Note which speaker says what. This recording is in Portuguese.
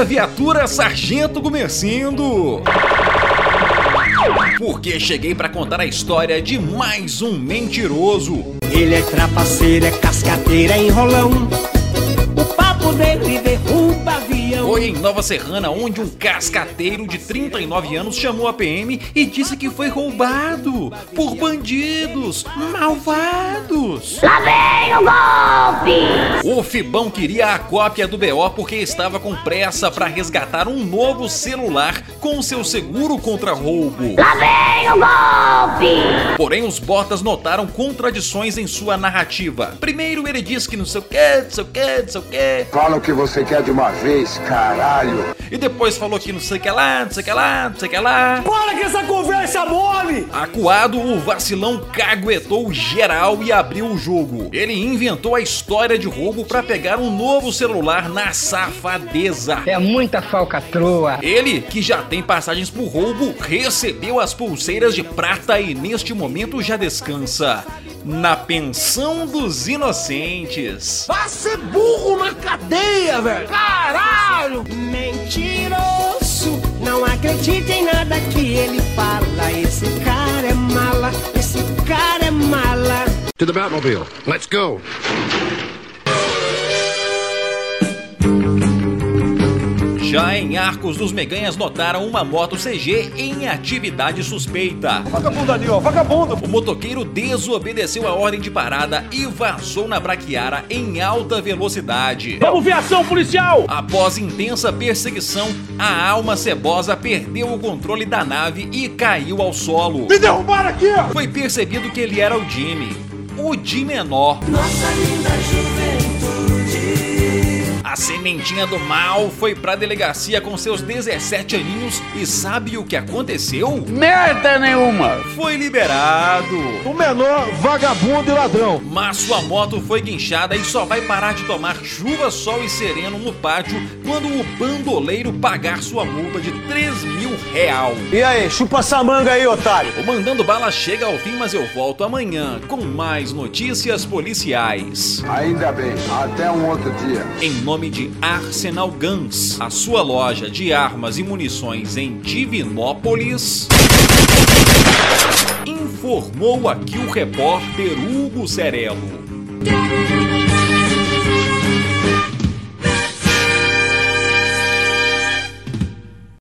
Speaker 1: a viatura Sargento Gomercinho do... Porque cheguei para contar a história de mais um mentiroso.
Speaker 2: Ele é trapaceiro, é cascateiro, é enrolão. O papo dele derruba avião.
Speaker 1: Foi em Nova Serrana onde um cascateiro de 39 anos chamou a PM e disse que foi roubado por bandidos malvados.
Speaker 3: Lá vem o um golpe!
Speaker 1: O Fibão queria a cópia do BO porque estava com pressa para resgatar um novo celular com seu seguro contra roubo.
Speaker 3: Lá vem o um golpe!
Speaker 1: Porém, os botas notaram contradições em sua narrativa. Primeiro, ele diz que não sei o que, não sei o que, não sei o que.
Speaker 4: Fala o que você quer de uma vez, caralho.
Speaker 1: E depois falou que não sei o que lá, não sei o que lá, não sei o que lá.
Speaker 2: Para com essa conversa
Speaker 5: é
Speaker 2: mole!
Speaker 1: Acuado, o vacilão caguetou geral e abriu o jogo. Ele inventou a história de roubo para pegar um novo celular na safadeza.
Speaker 6: É muita falcatrua.
Speaker 1: Ele, que já tem passagens por roubo, recebeu as pulseiras de prata e neste momento já descansa na pensão dos inocentes.
Speaker 2: Vai ser burro na cadeia, velho! Caralho! Mentiroso, não acredita em nada que ele fala. Esse cara é mala, esse cara é mala.
Speaker 7: to the Batmobile. Let's go.
Speaker 1: Já em Arcos dos Meganhas notaram uma moto CG em atividade suspeita.
Speaker 5: Vagabundo ali, ó, vagabundo!
Speaker 1: O motoqueiro desobedeceu a ordem de parada e vazou na braquiara em alta velocidade.
Speaker 5: Vamos ver ação policial!
Speaker 1: Após intensa perseguição, a alma cebosa perdeu o controle da nave e caiu ao solo.
Speaker 5: Me derrubaram aqui, ó!
Speaker 1: Foi percebido que ele era o Jimmy, o de menor. A sementinha do mal foi pra delegacia com seus 17 aninhos e sabe o que aconteceu?
Speaker 8: Merda nenhuma!
Speaker 1: Foi liberado.
Speaker 5: O menor, vagabundo e ladrão.
Speaker 1: Mas sua moto foi guinchada e só vai parar de tomar chuva, sol e sereno no pátio quando o bandoleiro pagar sua multa de 3 mil real.
Speaker 5: E aí, chupa essa manga aí, otário!
Speaker 1: O Mandando Bala chega ao fim, mas eu volto amanhã com mais notícias policiais.
Speaker 4: Ainda bem, até um outro dia.
Speaker 1: Em nome de Arsenal Guns, a sua loja de armas e munições em Divinópolis. Informou aqui o repórter Hugo Cerello.